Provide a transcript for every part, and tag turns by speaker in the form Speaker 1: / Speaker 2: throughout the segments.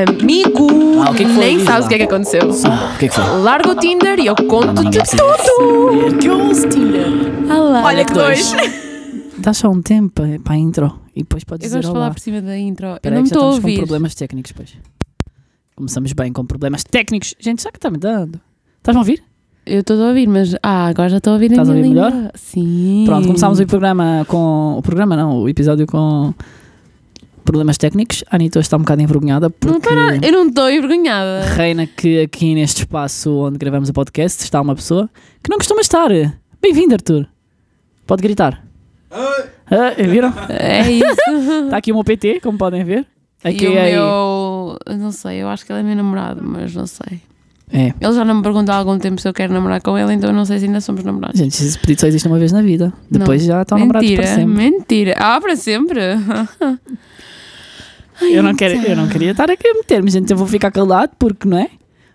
Speaker 1: Amigo,
Speaker 2: Ah, o que que foi,
Speaker 1: nem
Speaker 2: diz
Speaker 1: sabes
Speaker 2: lá.
Speaker 1: o que é que aconteceu.
Speaker 2: Ah, o que é que foi?
Speaker 1: Larga o Tinder e eu conto-te
Speaker 2: ninguém precisa
Speaker 1: tudo. Ah
Speaker 2: Que onze Tinder.
Speaker 1: Olá.
Speaker 2: é Olha que dois. Dá só um tempo para- para a intro e depois podes
Speaker 1: Eu
Speaker 2: dizer
Speaker 1: gosto de falar
Speaker 2: olá.
Speaker 1: por cima da intro. eu
Speaker 2: Espera
Speaker 1: não
Speaker 2: aí
Speaker 1: me
Speaker 2: que já
Speaker 1: estou a
Speaker 2: estamos com
Speaker 1: ouvir.
Speaker 2: problemas técnicos, pois. Começamos bem com problemas técnicos. Gente, já que está-me dando. Estás-me a ouvir?
Speaker 1: Eu estou a ouvir, mas ah, agora já estou a ouvir
Speaker 2: Estás
Speaker 1: a
Speaker 2: a
Speaker 1: minha
Speaker 2: ouvir
Speaker 1: língua. Sim.
Speaker 2: Pronto, começámos o programa com. O programa não, o episódio com problemas técnicos. A Anitta hoje está um bocado envergonhada
Speaker 1: Não
Speaker 2: porque
Speaker 1: está nada- Eu não estou envergonhada.
Speaker 2: reina que aqui neste espaço onde gravamos o podcast está uma pessoa que não costuma estar. Bem-vindo, Arthur. Pode gritar. Ah, viram?
Speaker 1: É isso.
Speaker 2: Está Tá aqui o meu PT, como podem ver. Aqui
Speaker 1: e o
Speaker 2: é.
Speaker 1: meu. Eu não sei, eu acho que ele é meu namorado, mas não sei.
Speaker 2: É.
Speaker 1: Ele já não me perguntou há algum tempo se eu quero namorar com ele, então eu não sei se ainda somos namorados.
Speaker 2: Gente, esse pedido só existe uma vez na vida. Depois já estão namorados para
Speaker 1: mentira,
Speaker 2: sempre.
Speaker 1: mentira. Ah, para sempre.
Speaker 2: Eu não, quero, eu não queria estar aqui a meter-me, gente. Eu vou ficar calado porque, não é?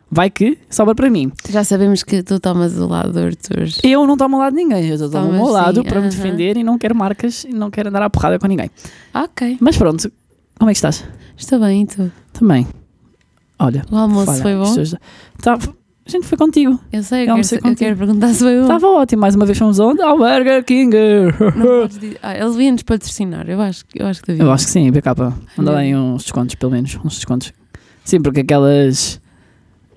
Speaker 2: Vai que sobra para mim.
Speaker 1: Já sabemos que tu tomas o lado do Arthur.
Speaker 2: Eu não tomo ao lado de ninguém, eu estou ao
Speaker 1: Toma,
Speaker 2: meu
Speaker 1: sim,
Speaker 2: lado para me
Speaker 1: aham.
Speaker 2: defender e não quero marcas e não quero andar à porrada com ninguém.
Speaker 1: Ok,
Speaker 2: Mas pronto, como é que estás?
Speaker 1: estou bem, e tu?
Speaker 2: Também. Olha.
Speaker 1: O almoço
Speaker 2: falha,
Speaker 1: foi bom?
Speaker 2: isto hoje- Tá, a gente foi contigo.
Speaker 1: Eu sei,
Speaker 2: Eu
Speaker 1: eu,
Speaker 2: almocei
Speaker 1: quero, eu
Speaker 2: contigo. Tá
Speaker 1: quero perguntar se foi bom.
Speaker 2: Estava ótimo, mais uma vez fomos onde? Ao Burger King!
Speaker 1: Hum. Não podes dizer- Ah, ele devia nos patrocinar, eu acho, que- eu acho que devia.
Speaker 2: Eu acho que sim, BK. Manda
Speaker 1: Olha.
Speaker 2: aí uns descontos, pelo menos. Uns descontos. Sim, porque aquelas.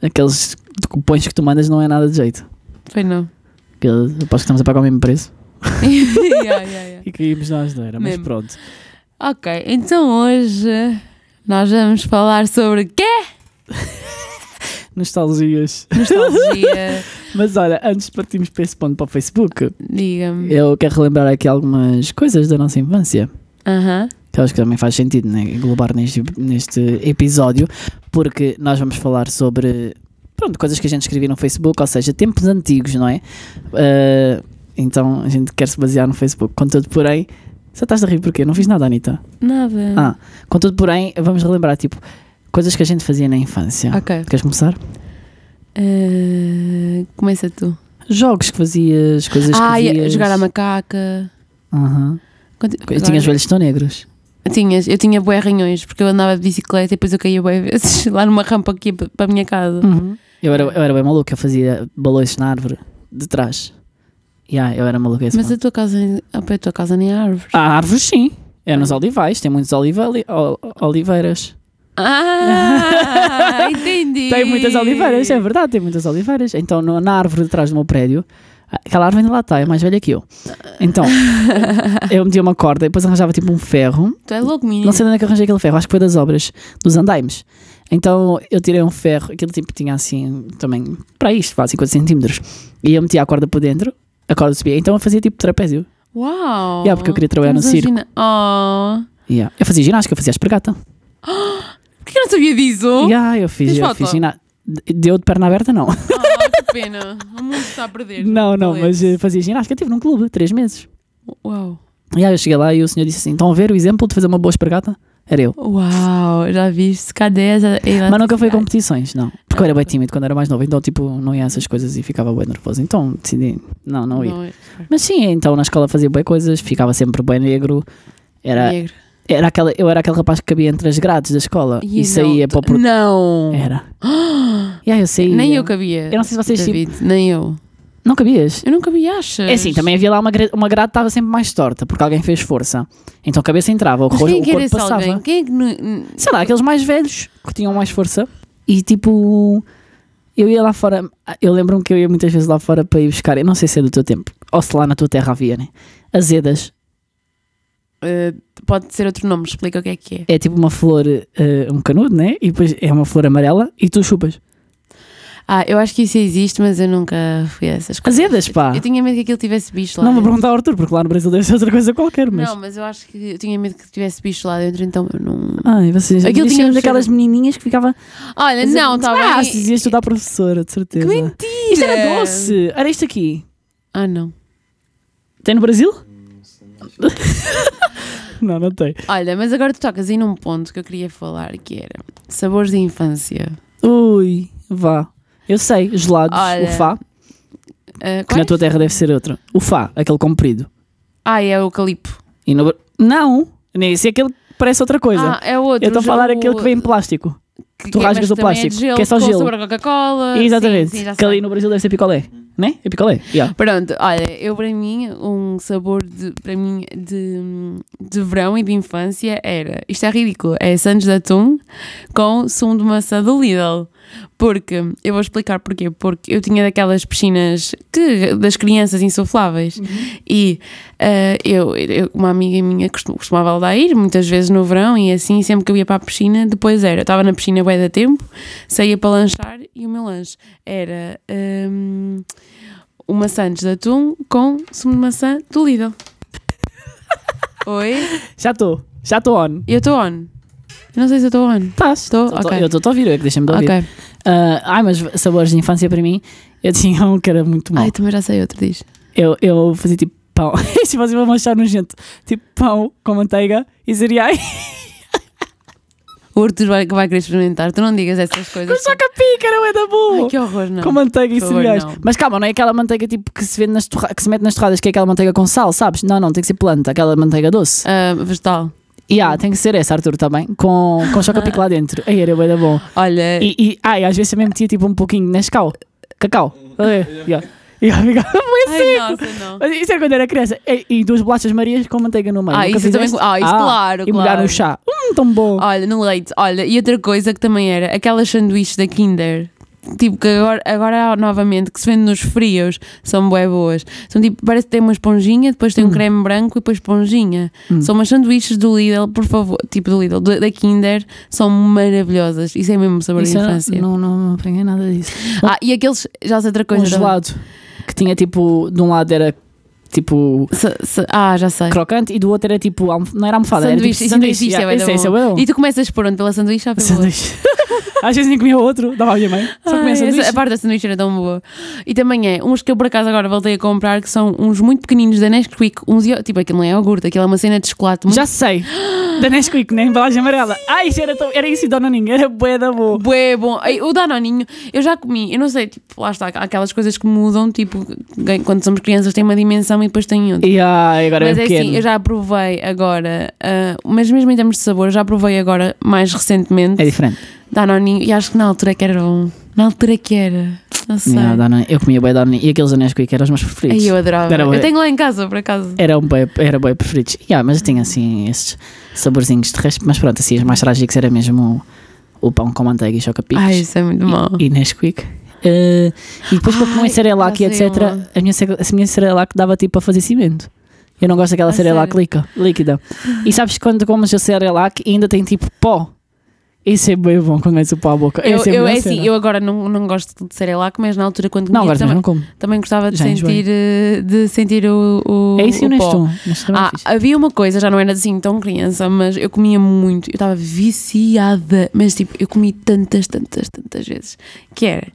Speaker 2: Aqueles cupons que tu mandas não é nada de jeito.
Speaker 1: Foi não.
Speaker 2: Que eu aposto que estamos a pagar o mesmo preço.
Speaker 1: Yeah, yeah, yeah.
Speaker 2: E caímos nós, não era? Mas
Speaker 1: Mesmo.
Speaker 2: pronto.
Speaker 1: Ok, então hoje nós vamos falar sobre quê?
Speaker 2: Nostalgias.
Speaker 1: Nostalgia.
Speaker 2: Mas olha, antes de partirmos para esse ponto para o Facebook,
Speaker 1: Diga-me.
Speaker 2: eu quero relembrar aqui algumas coisas da nossa infância.
Speaker 1: Aham.
Speaker 2: Que eu acho que também faz sentido né, englobar neste, neste episódio, porque nós vamos falar sobre pronto, coisas que a gente escrevia no Facebook, ou seja, tempos antigos, não é? Ah, então a gente quer se basear no Facebook. Contudo, porém, só estás a rir porquê? Não fiz nada, Anitta.
Speaker 1: Nada.
Speaker 2: Ah, contudo, porém, vamos relembrar, tipo, coisas que a gente fazia na infância.
Speaker 1: Ok.
Speaker 2: Queres começar?
Speaker 1: Eh, começa tu.
Speaker 2: Jogos que fazias, coisas
Speaker 1: Ah,
Speaker 2: que
Speaker 1: ia
Speaker 2: vias.
Speaker 1: jogar à macaca.
Speaker 2: Aham.
Speaker 1: Conti-
Speaker 2: Tinha os
Speaker 1: agora-
Speaker 2: velhos tão negros.
Speaker 1: Tinhas, eu tinha bué ranhões porque eu andava de bicicleta e depois eu caía bué vezes lá numa rampa aqui para a minha casa.
Speaker 2: Hum, Eu era, eu era bem maluco, eu fazia balões na árvore de trás. Yeah, eu era maluco é esse
Speaker 1: Mas
Speaker 2: ponto.
Speaker 1: a tua casa, ao pé da tua casa nem é há árvores.
Speaker 2: Há árvores, sim. É nos olivais, tem muitos oliva, oli- ol- oliveiras.
Speaker 1: Ah, entendi.
Speaker 2: Tem muitas oliveiras, é verdade, tem muitas oliveiras. Então, no- na árvore de trás do meu prédio, aquela árvore ainda lá está, é mais velha que eu. Então, eu metia uma corda e depois arranjava tipo um ferro
Speaker 1: Tu é louco, menino.
Speaker 2: Não sei de onde é que arranjei aquele ferro, acho que foi das obras, dos andaimes. Então eu tirei um ferro, aquele tipo tinha assim, também, para isto, quase 50 centímetros. E eu metia a corda por dentro, a corda subia. Então eu fazia tipo trapézio.
Speaker 1: Uau.
Speaker 2: Yeah, porque eu queria trabalhar no
Speaker 1: Estamos Oh, a
Speaker 2: circo.
Speaker 1: gina- Oh.
Speaker 2: Yeah. Eu fazia ginástica, eu fazia espregato.
Speaker 1: Por que eu não sabia disso?
Speaker 2: Yeah, eu fiz,
Speaker 1: Tens
Speaker 2: eu
Speaker 1: Oh, foto?
Speaker 2: fiz ginástica. Deu de perna aberta, não.
Speaker 1: Oh, que pena. O mundo está a perder.
Speaker 2: não, não,
Speaker 1: Valeu.
Speaker 2: mas eh, fazia ginástica. Eu estive num clube, três meses.
Speaker 1: Uau.
Speaker 2: E aí eu cheguei lá e o senhor disse assim: estão a ver o exemplo de fazer uma boa espargata? Era eu.
Speaker 1: Uau, já viste? Cadê essa?
Speaker 2: Mas nunca foi competições, não. Porque eu era bem tímido quando era mais novo, então tipo, não ia a essas coisas e ficava bem nervoso. Então decidi, não, não ia.
Speaker 1: Não, é
Speaker 2: Mas sim, então na escola fazia bem coisas, ficava sempre bem negro. Era,
Speaker 1: negro.
Speaker 2: era aquela, eu era aquele rapaz que cabia entre as grades da escola e,
Speaker 1: não-
Speaker 2: saía para o portão.
Speaker 1: Não.
Speaker 2: é Era. e aí eu saía.
Speaker 1: Nem eu cabia.
Speaker 2: Eu não sei se vocês,
Speaker 1: David, nem eu.
Speaker 2: Não cabias?
Speaker 1: Eu não cabia, achas?
Speaker 2: É assim, também havia lá uma, gra- uma grade que estava sempre mais torta, porque alguém fez força. Então a cabeça entrava, o,
Speaker 1: Mas
Speaker 2: rosto,
Speaker 1: quem é
Speaker 2: o
Speaker 1: que era
Speaker 2: corpo
Speaker 1: esse
Speaker 2: passava.
Speaker 1: alguém? Quem é que não...
Speaker 2: Sei lá, aqueles mais velhos que tinham mais força. E tipo, eu ia lá fora. Eu lembro-me que eu ia muitas vezes lá fora para ir buscar. Eu não sei se é do teu tempo, ou se lá na tua terra havia, né? Azedas.
Speaker 1: Eh, pode ser outro nome, explica o que é que é.
Speaker 2: é tipo uma flor, eh, um canudo, né? E depois é uma flor amarela e tu chupas.
Speaker 1: Ah, eu acho que isso existe, mas eu nunca fui a essas coisas.
Speaker 2: Azedas, pá!
Speaker 1: Eu tinha medo que aquilo tivesse bicho lá
Speaker 2: Ah. Não vou
Speaker 1: dentro.
Speaker 2: perguntar ao Arthur, porque lá no Brasil deve ser outra coisa qualquer, mas.
Speaker 1: Não, mas eu acho que eu tinha medo que tivesse bicho lá dentro, então eu não.
Speaker 2: Ai, vocês.
Speaker 1: Aquilo tinha um
Speaker 2: Aquilo tinha
Speaker 1: cheiro-
Speaker 2: daquelas menininhas que ficavam.
Speaker 1: Olha, não, tá
Speaker 2: Ah,
Speaker 1: bem.
Speaker 2: se ias estudar professora, de certeza.
Speaker 1: Que mentira!
Speaker 2: Isto era doce! Era isto aqui.
Speaker 1: Ah, não.
Speaker 2: Tem no Brasil? Hum, não, não tem.
Speaker 1: Olha, mas agora tu tocas aí num ponto que eu queria falar, que era sabores de infância.
Speaker 2: Ui, vá. Eu sei, gelados,
Speaker 1: Olha,
Speaker 2: o fá, que
Speaker 1: Ah,
Speaker 2: na
Speaker 1: quais?
Speaker 2: tua terra deve ser outro. O fá, aquele comprido.
Speaker 1: Ah, é o calipo.
Speaker 2: E no... Bra- Não! Nem esse é aquele que parece outra coisa.
Speaker 1: Ah, é outro.
Speaker 2: eu estou a
Speaker 1: o-
Speaker 2: falar aquele que vem em plástico.
Speaker 1: que
Speaker 2: Tu
Speaker 1: que-
Speaker 2: rasgas
Speaker 1: mas
Speaker 2: o
Speaker 1: também
Speaker 2: plástico,
Speaker 1: de gelo
Speaker 2: que é só
Speaker 1: com
Speaker 2: gelo.
Speaker 1: sabor a Coca-Cola.
Speaker 2: Exatamente.
Speaker 1: Ah, Sim, sim, já
Speaker 2: que ali
Speaker 1: sei.
Speaker 2: no Brasil deve ser picolé. Né? É picolé. Yeah.
Speaker 1: Pronto, olha, eu para mim, um sabor de, para mim, de, de verão e de infância era, isto é ridículo, é Sandes de Atum com sumo de maçã do Lidl. Porque, eu vou explicar porquê, porque eu tinha daquelas piscinas que, das crianças insufláveis e ah, eu, eu- uma amiga minha costum- costumava lá ir muitas vezes no verão e assim, sempre que eu ia para a piscina, depois era, eu estava na piscina bué da tempo, saía para lanchar e o meu lanche era... hum, uma Santos de atum com sumo de maçã do Lidl. Oi?
Speaker 2: Já estou. Já estou on.
Speaker 1: Eu estou on. Eu não sei se eu estou on.
Speaker 2: Estás.
Speaker 1: Tô,
Speaker 2: Só tô-
Speaker 1: ok.
Speaker 2: Eu estou a ouvir, é que deixa-me de ouvir.
Speaker 1: Ok.
Speaker 2: Ah, ai, mas sabores de infância para mim, eu tinha um que era muito mau.
Speaker 1: Ai, também já sei outro, diz.
Speaker 2: Eu, eu fazia tipo pão. Isto vocês vão achar nojento. Tipo pão com manteiga e cereais.
Speaker 1: O Arthur vai, vai querer experimentar. Tu não digas essas
Speaker 2: Com
Speaker 1: coisas.
Speaker 2: choca-pica, não é da
Speaker 1: Ai,
Speaker 2: boa.
Speaker 1: que horror, não.
Speaker 2: Com manteiga e
Speaker 1: Por favor,
Speaker 2: cereais.
Speaker 1: não.
Speaker 2: Mas calma, não é aquela manteiga tipo que se, vende nas torra- que se mete nas torradas, que é aquela manteiga com sal, sabes? Não, não, tem que ser planta, aquela manteiga doce.
Speaker 1: Ah, vegetal.
Speaker 2: E ah, tem que ser essa, Arthur, também. Com, com choca-pico lá dentro. Aí era bué da bom.
Speaker 1: Olha,
Speaker 2: E, e ah, e às vezes também metia tipo um pouquinho de Nescau. Cacau. É, yeah. E eu ficava bué
Speaker 1: Uhum. ai,
Speaker 2: é seco.
Speaker 1: nossa, não.
Speaker 2: Mas isso é quando era criança. E, e duas bolachas marias com manteiga no meio.
Speaker 1: Ah,
Speaker 2: Nunca
Speaker 1: isso também.
Speaker 2: fizeste?
Speaker 1: Ah, isso
Speaker 2: Ah,
Speaker 1: claro.
Speaker 2: E molhar
Speaker 1: claro.
Speaker 2: no chá. Hum, tão bom.
Speaker 1: Olha, no leite. Olha, e outra coisa que também era, aquelas sanduíches da Kinder. Tipo, que agora, agora há novamente, que se vende nos frios, são bué boas. São tipo, parece que tem uma esponjinha, depois tem um
Speaker 2: Hum.
Speaker 1: creme branco e depois esponjinha.
Speaker 2: Hum.
Speaker 1: São umas sanduíches do Lidl, por favor, tipo do Lidl, do- da Kinder, são maravilhosas. Isso é mesmo sabor
Speaker 2: Isso assim.
Speaker 1: da infância.
Speaker 2: eu não- Não, não, não apanhei nada disso.
Speaker 1: Ah, e aqueles, já sei outra
Speaker 2: Um
Speaker 1: coisa. também.
Speaker 2: gelado que tinha tipo, de um lado era tipo
Speaker 1: Se- se- ah, já sei.
Speaker 2: crocante e do outro era tipo, alm- não era almofada, era
Speaker 1: Sanduíche,
Speaker 2: tipo
Speaker 1: isso
Speaker 2: sanduíche.
Speaker 1: sanduíche, isso é
Speaker 2: yeah,
Speaker 1: bué da
Speaker 2: esse é, esse é
Speaker 1: bom.
Speaker 2: bom.
Speaker 1: E tu começas por onde? Pela sanduíche ou pela
Speaker 2: Sanduíche. Às vezes nem comia outro, dava à minha mãe. Só comia
Speaker 1: Ai, essa- é
Speaker 2: sanduíche.
Speaker 1: a parte da sanduíche era tão boa. E também é, uns que eu por acaso agora voltei a comprar, que são uns muito pequeninos da Nesquik, uns, io- tipo, aquilo não é iogurte, aquilo é uma cena de chocolate muito
Speaker 2: Já sei. da Nesquik, na embalagem amarela. Ai, isso era, tão, era isso e Dona Ninha, era bué da boa.
Speaker 1: bué bom. Ai, O Danoninho, eu já comi, eu não sei, tipo, lá está, há aquelas coisas que mudam, tipo, ganha- quando somos crianças tem uma dimensão e depois tem outra.
Speaker 2: E ai, agora
Speaker 1: Mas
Speaker 2: é
Speaker 1: é
Speaker 2: pequeno.
Speaker 1: assim, eu já provei agora, ah, mas mesmo em termos de sabor, eu já provei agora mais recentemente
Speaker 2: É diferente.
Speaker 1: Danoninho, e acho que na altura que era bom. Na altura que era, não sei.
Speaker 2: Não, Dona- eu comia bué Dona Ninha e aqueles da Nesquik eram os meus
Speaker 1: Ai,
Speaker 2: preferidos.
Speaker 1: eu adorava.
Speaker 2: Era bué-
Speaker 1: Eu tenho lá em casa, por acaso.
Speaker 2: Era um bem, era bem preferidos. Yeah, mas eu tinha assim esses saborzinhos de resto. Mas pronto, assim, os mais trágicos era mesmo o, o pão com manteiga e choca-picos.
Speaker 1: Ai, isso é muito mau.
Speaker 2: e Nesquik. Eh, e depois para comer
Speaker 1: Ai,
Speaker 2: cerealac e
Speaker 1: já sei
Speaker 2: etc.
Speaker 1: uma.
Speaker 2: A minha, ce- a minha cerealac dava tipo a fazer cimento. Eu não gosto daquela
Speaker 1: A
Speaker 2: cerealac
Speaker 1: sério?
Speaker 2: líqua- líquida. E sabes quando comes a cerealac e ainda tem tipo pó? Isso é bem bom quando metes o pó à boca.
Speaker 1: Eu,
Speaker 2: Essa é a
Speaker 1: eu,
Speaker 2: melhor
Speaker 1: é assim,
Speaker 2: cena.
Speaker 1: eu agora não, não gosto de Cerelac, mas na altura quando
Speaker 2: não,
Speaker 1: comia
Speaker 2: agora também
Speaker 1: também,
Speaker 2: não como.
Speaker 1: também gostava de
Speaker 2: Já enjoei.
Speaker 1: sentir, eh, de sentir o, o
Speaker 2: É isso e o
Speaker 1: o pó.
Speaker 2: Nestum. Nestum é
Speaker 1: Ah,
Speaker 2: fixe.
Speaker 1: havia uma coisa, já não era assim tão criança, mas eu comia muito, eu estava viciada, mas tipo, eu comi tantas, tantas, tantas vezes, que era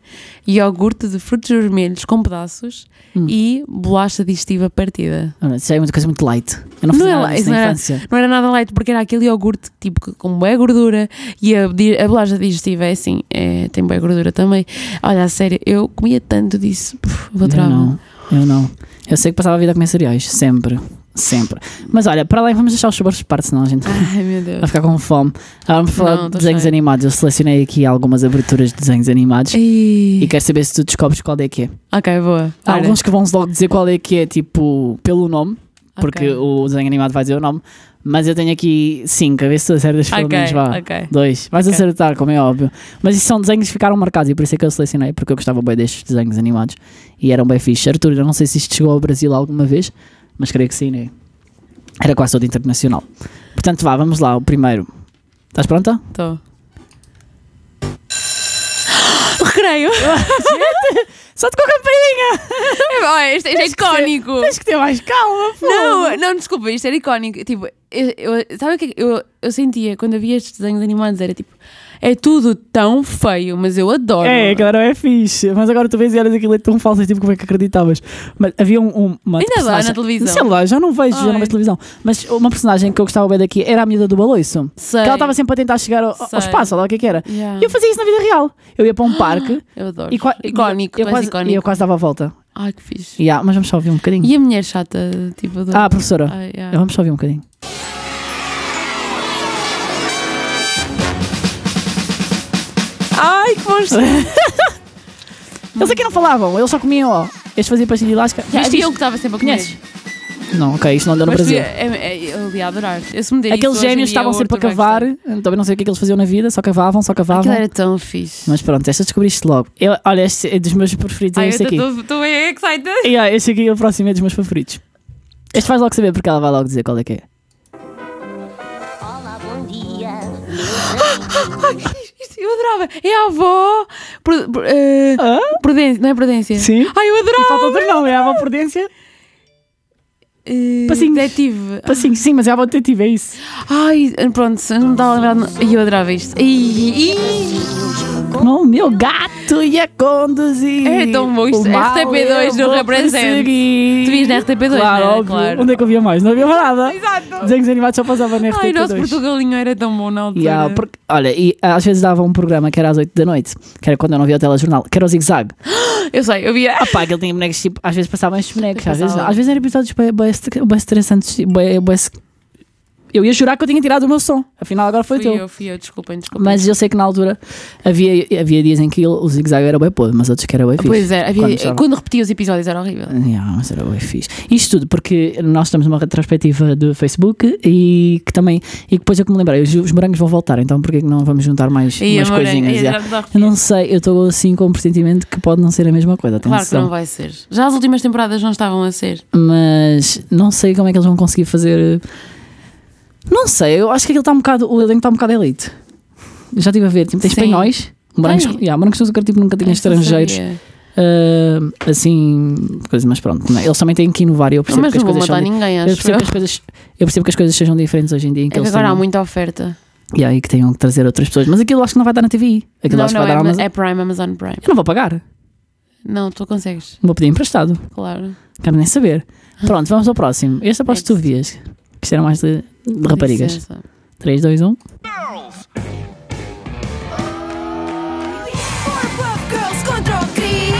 Speaker 1: iogurte de frutos vermelhos com pedaços
Speaker 2: Hum.
Speaker 1: e bolacha digestiva partida.
Speaker 2: Ah, Isso é uma coisa muito light. Eu não
Speaker 1: Não
Speaker 2: fazia
Speaker 1: é
Speaker 2: nada
Speaker 1: light,
Speaker 2: disso
Speaker 1: não
Speaker 2: na
Speaker 1: era-
Speaker 2: infância.
Speaker 1: Não era nada light, porque era aquele iogurte tipo que com boa gordura e a, di- a bolacha digestiva é assim, é, tem boa gordura também. Olha, a sério, eu comia tanto disso, puf, vou
Speaker 2: Eu
Speaker 1: travar.
Speaker 2: não, eu não. Eu sei que passava a vida a comer cereais, sempre, sempre. Mas olha, para além vamos deixar os sabores de parte, senão a gente
Speaker 1: Ai meu Deus.
Speaker 2: vai ficar com fome. Ah, vamos falar
Speaker 1: Não, tá
Speaker 2: de
Speaker 1: tô
Speaker 2: desenhos
Speaker 1: cheia.
Speaker 2: animados. Eu selecionei aqui algumas aberturas de desenhos animados
Speaker 1: Ei.
Speaker 2: e quero saber se tu descobres qual é que é.
Speaker 1: Ok, boa.
Speaker 2: Há
Speaker 1: Ora,
Speaker 2: alguns que vão logo dizer qual é que é, tipo, pelo nome, porque
Speaker 1: ok.
Speaker 2: o desenho animado vai dizer o nome, mas eu tenho aqui cinco, a ver se tu acertas pelo
Speaker 1: Ok,
Speaker 2: menos vá.
Speaker 1: ok.
Speaker 2: Dois, vais
Speaker 1: Ok.
Speaker 2: acertar, como é óbvio. Mas isso são desenhos que ficaram marcados e por isso é que eu selecionei, porque eu gostava bem destes desenhos animados e eram bem fixe. Arthur, eu não sei se isto chegou ao Brasil alguma vez, mas creio que sim, né? Era quase todo internacional. Portanto, vá, vamos lá, o primeiro. Estás pronta?
Speaker 1: Tô. Recreio.
Speaker 2: Só tocou a campainha!
Speaker 1: Olha, isto, isto é
Speaker 2: Tens que ser-
Speaker 1: icónico.
Speaker 2: Tens que ter mais calma, pô!
Speaker 1: Não, não, desculpa, isto era icónico. Tipo, eu, eu- sabe o que é que eu, eu sentia quando havia estes desenhos animados? Era tipo, é tudo tão feio, mas eu adoro.
Speaker 2: É, claro, é fixe. Mas agora tu vês e olhas aquilo é tão falso, é tipo, como é que acreditavas? Mas havia um, um- uma
Speaker 1: Ainda dá na televisão.
Speaker 2: Sei lá, já não vejo, já não
Speaker 1: Ai.
Speaker 2: vejo televisão. Mas uma personagem que eu gostava bem daqui era a miúda do baloiço.
Speaker 1: Sei.
Speaker 2: Que ela estava sempre a tentar chegar ao, ao
Speaker 1: Sei.
Speaker 2: espaço, olha lá o que é que era.
Speaker 1: Yeah.
Speaker 2: E eu fazia isso na vida real. Eu ia para um parque
Speaker 1: Eu adoro.
Speaker 2: e qua-
Speaker 1: icónico,
Speaker 2: eu,
Speaker 1: tu és
Speaker 2: quase,
Speaker 1: icónico.
Speaker 2: e eu quase dava a volta.
Speaker 1: Ai, que fixe.
Speaker 2: Yeah, mas vamos só ouvir um bocadinho.
Speaker 1: E é. a mulher chata, tipo, do...
Speaker 2: Ah, professora,
Speaker 1: Ai, ai.
Speaker 2: vamos só ouvir um bocadinho.
Speaker 1: Ai, que bons.
Speaker 2: Eles aqui não falavam, eles só comiam, ó. Eles faziam pastilha elástica. Já
Speaker 1: Viste
Speaker 2: viste?
Speaker 1: eu um que estava sempre a comer.
Speaker 2: Conheces? Não, ok, isto não deu no
Speaker 1: Mas tu
Speaker 2: Brasil.
Speaker 1: ia- é, é, eu ia adorar. Eu se me der
Speaker 2: Aqueles
Speaker 1: isso hoje em
Speaker 2: gêmeos
Speaker 1: dia, é
Speaker 2: estavam
Speaker 1: o
Speaker 2: sempre a
Speaker 1: Arthur vai
Speaker 2: cavar,
Speaker 1: gostar.
Speaker 2: também não sei o que é que eles faziam na vida, só cavavam, só cavavam.
Speaker 1: Aquilo era tão fixe.
Speaker 2: Mas pronto, esta descobriste logo. Eu, olha, este é dos meus preferidos, é
Speaker 1: Ai, eu
Speaker 2: este aqui.
Speaker 1: estou bem excited.
Speaker 2: E, ah, este aqui é o próximo, é dos meus favoritos. Este faz logo saber, porque ela vai logo dizer qual é que é.
Speaker 3: Olá, bom dia.
Speaker 1: Isto eu adorava. É a avó. Pro, pro- eh, Prudência, não é Prudência?
Speaker 2: Sim.
Speaker 1: Ai, eu adorava.
Speaker 2: Falta outro nome, é a avó Prudência.
Speaker 1: Eh,
Speaker 2: Passinhos.
Speaker 1: Detetive.
Speaker 2: Passinho, sim, mas é a avó detetive, é isso.
Speaker 1: Ai, pronto, eu não me estava a lembrar. de- Ai, eu adorava isto. Ai, ai.
Speaker 2: O meu gato ia conduzir.
Speaker 1: É tão bom isto.
Speaker 2: O mal
Speaker 1: RTP2
Speaker 2: eu
Speaker 1: não
Speaker 2: vou
Speaker 1: representa.
Speaker 2: perseguir.
Speaker 1: Tu vias na RTP2,
Speaker 2: Claro,
Speaker 1: não era?
Speaker 2: óbvio.
Speaker 1: né? Claro.
Speaker 2: Onde é que eu via mais? Não havia mais nada.
Speaker 1: Exato.
Speaker 2: Desenhos animados só passavam na RTP2.
Speaker 1: Ai, nosso Portugalinho era tão bom na altura.
Speaker 2: Yeah, porque- olha, e às vezes dava um programa que era às 8 da noite, que era quando eu não via o telejornal, que era o Zig Zag.
Speaker 1: Eu sei, eu via.
Speaker 2: Ah pá, aquele tinha bonecos tipo, às vezes passavam estes bonecos, às vezes não.
Speaker 1: Passava.
Speaker 2: Às vezes eram episódios bem bem estre- bem estressantes. bem- bem- Eu ia jurar que eu tinha tirado o meu som, afinal agora foi o
Speaker 1: Fui
Speaker 2: teu.
Speaker 1: eu, fui eu, desculpem, desculpem.
Speaker 2: Mas eu sei que na altura havia, havia dias em que o Zig Zag era bem podre, mas outros que era bem fixe.
Speaker 1: Pois é, havia-
Speaker 2: Quando estava-
Speaker 1: quando, repetia os episódios era horrível.
Speaker 2: Yeah, mas era bem fixe. Isto tudo porque nós estamos numa retrospectiva do Facebook e que também. E que depois eu que me lembrei, os, os morangos vão voltar, então porquê que não vamos juntar mais
Speaker 1: Ia,
Speaker 2: umas
Speaker 1: amor, é
Speaker 2: coisinhas?
Speaker 1: ia,
Speaker 2: yeah?
Speaker 1: já me dá
Speaker 2: Eu não sei, eu estou assim com um pressentimento que pode não ser a mesma coisa,
Speaker 1: Claro que
Speaker 2: atenção.
Speaker 1: não vai ser. Já as últimas temporadas não estavam a ser.
Speaker 2: Mas não sei como é que eles vão conseguir fazer. eh, Não sei, eu acho que aquilo está um bocado. O elenco está um bocado elite. Eu já estive a ver, tipo, tem
Speaker 1: Sim.
Speaker 2: espanhóis. Morangos,
Speaker 1: Tem.
Speaker 2: yeah, morangos com açúcar, tipo, nunca tinha
Speaker 1: Essa
Speaker 2: estrangeiros.
Speaker 1: sabia.
Speaker 2: Ah, assim, coisas, mas pronto, não é? eles também têm que inovar. e Eu percebo
Speaker 1: Mas
Speaker 2: que as
Speaker 1: não vou
Speaker 2: coisas
Speaker 1: matar
Speaker 2: são. di-
Speaker 1: ninguém,
Speaker 2: Eu
Speaker 1: acho. eu.
Speaker 2: percebo, que as coisas, eu percebo que as coisas sejam diferentes hoje em dia. em Que
Speaker 1: É que
Speaker 2: eles
Speaker 1: agora há
Speaker 2: tenham-
Speaker 1: muita oferta.
Speaker 2: e aí que tenham que trazer outras pessoas. Mas aquilo acho que não vai dar na TV. Aquilo
Speaker 1: Não,
Speaker 2: acho que
Speaker 1: não,
Speaker 2: vai
Speaker 1: é,
Speaker 2: dar na
Speaker 1: Ama-
Speaker 2: Amazon.
Speaker 1: é Prime, Amazon Prime.
Speaker 2: Eu não vou pagar.
Speaker 1: Não, tu consegues,
Speaker 2: Vou pedir emprestado.
Speaker 1: claro.
Speaker 2: Quero nem saber. Pronto, vamos ao próximo. Este aposto que tu vias. Que isto era mais de, de raparigas. um.
Speaker 1: Licença.
Speaker 2: 3, 2, 1.
Speaker 3: Girls contra o crime.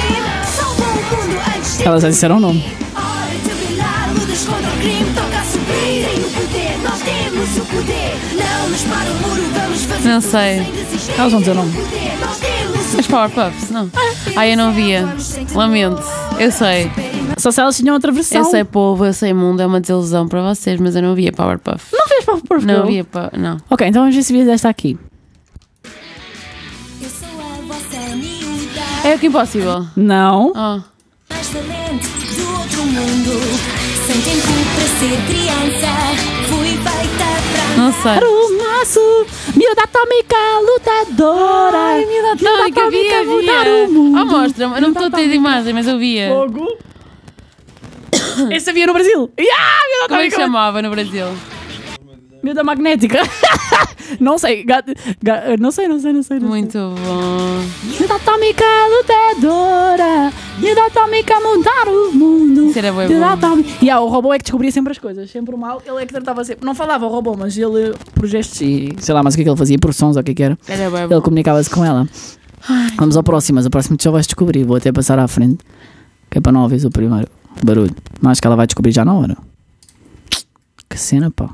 Speaker 3: Salvam o mundo antes de
Speaker 2: Elas já disseram o nome.
Speaker 3: Hora de brilhar, lutas contra o crime. Toca a subir. Tem o poder, nós temos o poder. Não nos para o muro, vamos fazer.
Speaker 1: Não
Speaker 3: tudo
Speaker 1: sei.
Speaker 3: sem desistir.
Speaker 2: Elas vão dizer o nome.
Speaker 3: Tem o poder, nós temos o
Speaker 1: As Powerpuffs, não. Ai, eu não via. Lamento. Eu sei.
Speaker 2: Só se elas tinham outra versão.
Speaker 1: Eu sei, povo, eu sei, mundo. É uma desilusão para vocês, mas eu não via Powerpuff.
Speaker 2: Não fez para por
Speaker 1: Não via. Pa... Não.
Speaker 2: Ok, então vamos ver se vias esta aqui.
Speaker 3: Eu sou a vossa miúda.
Speaker 1: É o que impossível.
Speaker 2: Não.
Speaker 1: Oh.
Speaker 3: Mais valente do outro mundo. Sem tempo para ser criança. Fui feita pra.
Speaker 1: Não sei.
Speaker 2: Para o maço, miúda atômica lutadora. Ai, miúda
Speaker 1: Não, é que havia,
Speaker 2: mudar
Speaker 1: havia.
Speaker 2: o mundo.
Speaker 1: Ah, mostra-me. Eu não estou a ter de imagem, mas eu via.
Speaker 2: Fogo. Esse havia no Brasil. Yeah, miúda
Speaker 1: Como é que
Speaker 2: atômica.
Speaker 1: chamava no Brasil?
Speaker 2: Miúda magnética. não sei. gato- ga- não sei, não sei, não sei. Não
Speaker 1: Muito bom.
Speaker 2: Sei. Miúda atômica é lutadora. Miúda atômica é mudar o mundo.
Speaker 1: Isso era bué
Speaker 2: Miúda
Speaker 1: bom.
Speaker 2: atômica. E ah, o robô é que descobria sempre as coisas. Sempre o mal. Ele é que tratava sempre. Não falava o robô, mas ele, por gestos e sei lá, mas o que é que ele fazia? Por sons ou o que é que era?
Speaker 1: Era bem
Speaker 2: Ele
Speaker 1: bom.
Speaker 2: comunicava-se com ela. Vamos ao próximo, mas o próximo tu já vais descobrir. Vou até passar à frente, que é para não ouvires o primeiro barulho. Mas acho que ela vai descobrir já na hora. Que cena, pá.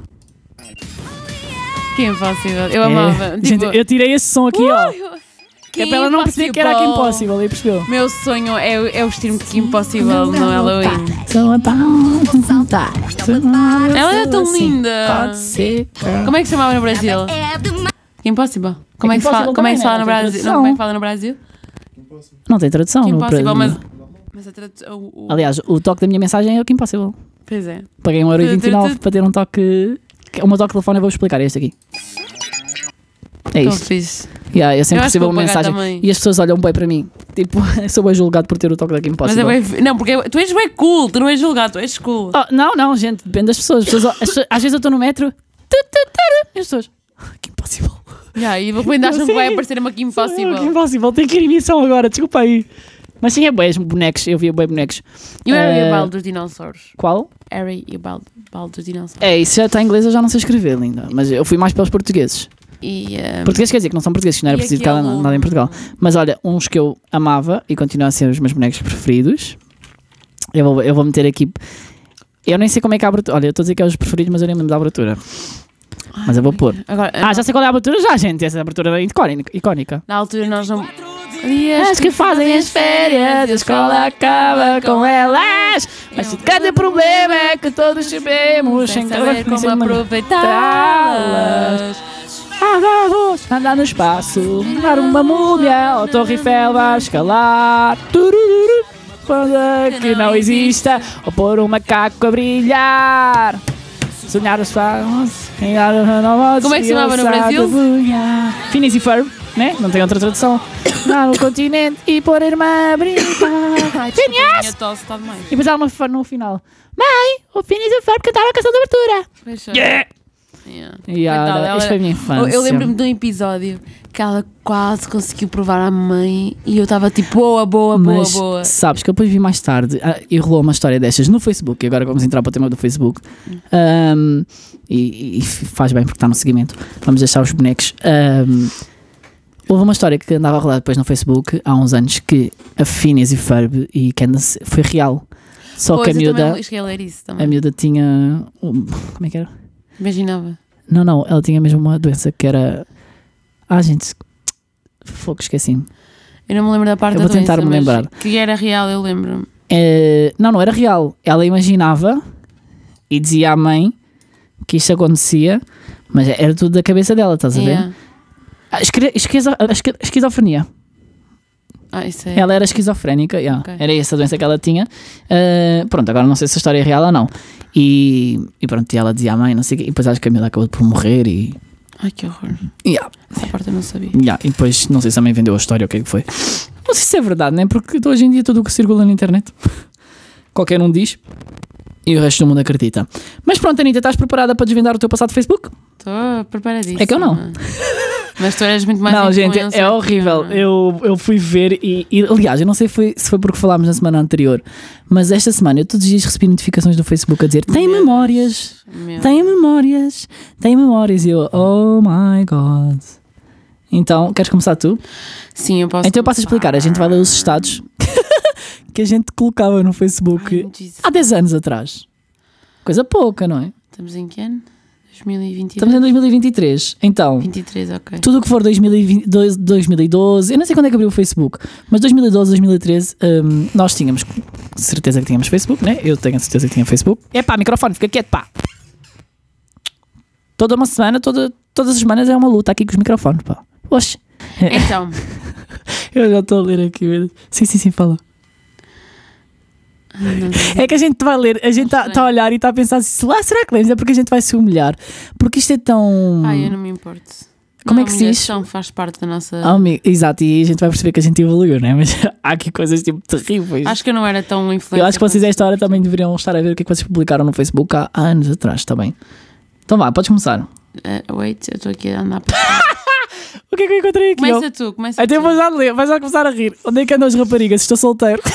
Speaker 1: Que impossível. Eu amava. Tipo,
Speaker 2: É. Gente, eu tirei esse som aqui, ó.
Speaker 1: Que
Speaker 2: é para ela não perceber que era aqui impossível, e percebeu?
Speaker 1: Meu sonho é, é vestir-me de que impossível no Halloween.
Speaker 2: tá.
Speaker 1: Ela
Speaker 2: é
Speaker 1: era tão linda.
Speaker 2: Pode ser.
Speaker 1: Como é assim. que chamava no Brasil?
Speaker 3: É demais.
Speaker 1: Que impossível. Como é que se fala,
Speaker 2: Impossível
Speaker 1: como é que se fala no
Speaker 2: também, né?
Speaker 1: Brasil? Não, como é que fala no Brasil?
Speaker 2: Não tem tradução.
Speaker 1: Que
Speaker 2: no
Speaker 1: impossível, mas.
Speaker 2: Brasil.
Speaker 1: Mas a tradução. o- o-
Speaker 2: Aliás, o toque da minha mensagem é o que impossível.
Speaker 1: Pois é.
Speaker 2: Paguei 1,29€ para ter um toque. Uma toque de telefone, eu vou explicar este aqui. É
Speaker 1: Tão
Speaker 2: isto.
Speaker 1: fixe.
Speaker 2: Yeah, eu
Speaker 1: Eu
Speaker 2: sempre
Speaker 1: acho que
Speaker 2: recebo
Speaker 1: vou
Speaker 2: uma
Speaker 1: pagar
Speaker 2: mensagem
Speaker 1: também.
Speaker 2: e as pessoas olham bem para mim. Tipo, sou bem julgado por ter o toque da Kim
Speaker 1: Mas
Speaker 2: Possible.
Speaker 1: é bem. fi- Não, porque é- tu és bem cool, tu não és julgado, tu és cool.
Speaker 2: Oh, não, não, gente, depende das pessoas. As pessoas- as pessoas- às vezes eu estou no metro tu, tu, tu, e as pessoas. "Ah, Kim Possible.
Speaker 1: Já, e de repente acham que vai aparecer uma Kim
Speaker 2: Kim
Speaker 1: Possible.
Speaker 2: Possible, Ah, tem que ir em missão agora, desculpa aí. Mas sim, é bem, bonecos, eu via bem bonecos.
Speaker 1: E o Harry e
Speaker 2: Eh,
Speaker 1: o Baldo dos dinossauros.
Speaker 2: Qual?
Speaker 1: Harry e o Baldo, Baldo dos dinossauros.
Speaker 2: É, isso já está em inglês, eu já não sei escrever, linda. Mas eu fui mais pelos portugueses.
Speaker 1: E. eh,
Speaker 2: Portugueses quer dizer que não são portugueses, que não era
Speaker 1: e é
Speaker 2: preciso que ela
Speaker 1: aquele-
Speaker 2: nada em Portugal. Mas olha, uns que eu amava e continuam a ser os meus bonecos preferidos. Eu vou, eu vou meter aqui. Eu nem sei como é que a abertura. Olha, eu estou a dizer que é os preferidos, mas eu nem me lembro da abertura. Mas eu vou pôr.
Speaker 1: Agora,
Speaker 2: Ah, já sei qual é a abertura já, gente. Essa abertura é icónica. icónica.
Speaker 1: na altura nós não. Dias
Speaker 2: As que fazem as férias, a escola acaba com elas. Mas o grande problema é que todos então é sabemos
Speaker 1: sem
Speaker 2: sem
Speaker 1: saber como
Speaker 2: conhecimento.
Speaker 1: aproveitá-las.
Speaker 2: Andamos, andar no espaço, dar uma mulher, ao Torre Eiffel vai escalar. Turururu, quando é que não exista, ou pôr um macaco a brilhar. Sonhar os faros, ganhar os renovados.
Speaker 1: Como é que se
Speaker 2: e
Speaker 1: chamava no
Speaker 2: ousar
Speaker 1: Brasil?
Speaker 2: debulhar. Finis e firm, né? Não tem outra tradução. Lá no continente e pôr a irmã a brincar.
Speaker 1: A
Speaker 2: Phineas!
Speaker 1: minha tosse está demais.
Speaker 2: E depois há uma fa- no final. Mãe, o Finis e o Ferb cantaram a canção de abertura.
Speaker 1: Deixa.
Speaker 2: Yeah!
Speaker 1: Yeah.
Speaker 2: E olha,
Speaker 1: Coitada, ela-
Speaker 2: isto foi a minha
Speaker 1: Eu-
Speaker 2: infância.
Speaker 1: Eu lembro-me de um episódio que ela quase conseguiu provar à mãe e eu estava tipo, boa, boa, boa,
Speaker 2: Mas
Speaker 1: boa.
Speaker 2: sabes que eu depois vi mais tarde ah, e rolou uma história destas no Facebook. E agora vamos entrar para o tema do Facebook. Ahm, e, e faz bem porque está no seguimento. Vamos deixar os bonecos. Ahm, houve uma história que andava a rolar depois no Facebook há uns anos que a Phineas e Ferb e Candace foi real. Só
Speaker 1: pois,
Speaker 2: que a
Speaker 1: eu também
Speaker 2: miúda,
Speaker 1: cheguei a ler isso
Speaker 2: a
Speaker 1: também.
Speaker 2: miúda tinha. um- Como é que era?
Speaker 1: Imaginava.
Speaker 2: Não, não, ela tinha mesmo uma doença que era. Ah, gente, fogo, esqueci-me.
Speaker 1: Eu não me lembro da parte
Speaker 2: Eu
Speaker 1: da
Speaker 2: vou tentar
Speaker 1: doença,
Speaker 2: me
Speaker 1: mas
Speaker 2: lembrar.
Speaker 1: Que era real, eu lembro-me.
Speaker 2: Eh, não, não era real. Ela imaginava e dizia à mãe que isto acontecia, mas era tudo da cabeça dela, estás a ver?
Speaker 1: Yeah.
Speaker 2: A esquer- esquizo- a esquer- esquizofrenia.
Speaker 1: Ah, isso é.
Speaker 2: Ela era esquizofrénica, yeah.
Speaker 1: Ok.
Speaker 2: era essa a doença que ela tinha. Eh, pronto, agora não sei se a história é real ou não. E, e pronto, e ela dizia à mãe, não sei o quê, e depois acho que a Camila acabou por morrer e.
Speaker 1: Ai, que horror.
Speaker 2: Yeah,
Speaker 1: Essa parte eu não sabia.
Speaker 2: yeah. E depois, não sei se a mãe vendeu a história ou o que é que foi. Não sei se é verdade, né? Porque hoje em dia tudo o que circula na internet, qualquer um diz e o resto do mundo acredita. Mas pronto, Anitta, estás preparada para desvendar o teu passado Facebook?
Speaker 1: Estou preparadíssima.
Speaker 2: É que eu não.
Speaker 1: Mas tu eras muito mais
Speaker 2: não, gente,
Speaker 1: influencer
Speaker 2: é
Speaker 1: que
Speaker 2: horrível.
Speaker 1: não.
Speaker 2: Eu, eu fui ver e, e, aliás, eu não sei foi- se foi porque falámos na semana anterior, mas esta semana eu todos os dias recebi notificações do Facebook a dizer tem
Speaker 1: Meu
Speaker 2: memórias,
Speaker 1: Meu.
Speaker 2: tem memórias, tem memórias. E eu, oh my god. Então, queres começar tu?
Speaker 1: Sim, eu posso.
Speaker 2: então eu passo a explicar, a gente vai ler os estados que a gente colocava no Facebook
Speaker 1: Ai, Jesus.
Speaker 2: há 10 anos atrás. Coisa pouca, não é?
Speaker 1: Estamos em que ano? 2023.
Speaker 2: Estamos em 2023. Então,
Speaker 1: 23, ok.
Speaker 2: tudo o que for 2020, dois- 2012, eu não sei quando é que abriu o Facebook, mas 2012, 2013, hum, nós tínhamos certeza que tínhamos Facebook, né? Eu tenho a certeza que tinha Facebook. É pá, microfone, fica quieto, pá. Toda uma semana, toda, todas as semanas é uma luta aqui com os microfones, pá. Oxe,
Speaker 1: Então,
Speaker 2: eu já estou a ler aqui. meu Deus. Sim, sim, sim, fala.
Speaker 1: não sei.
Speaker 2: É que a gente vai ler, a gente está
Speaker 1: Estranho.
Speaker 2: tá a olhar e está a pensar assim, se lá será que lemos? É porque a gente vai se humilhar. Porque isto é tão.
Speaker 1: ai, eu não me importo.
Speaker 2: Como
Speaker 1: Não,
Speaker 2: é que se diz?
Speaker 1: humilhação faz parte da nossa.
Speaker 2: Ah, amigo, exato, e a gente vai perceber que a gente evoluiu, né? Mas há aqui coisas tipo terríveis.
Speaker 1: Acho que eu não era tão influencer.
Speaker 2: eu acho que vocês,
Speaker 1: quanto-
Speaker 2: a esta hora, também deveriam estar a ver o que é que vocês publicaram no Facebook há anos atrás, está bem? Então vá, podes começar.
Speaker 1: Ah, wait, eu estou aqui a andar para.
Speaker 2: O que é que eu encontrei aqui?
Speaker 1: Começa tu, começa
Speaker 2: Até
Speaker 1: tu.
Speaker 2: vou já ler, vais já começar a rir. Onde é que andam as raparigas? Estou solteiro.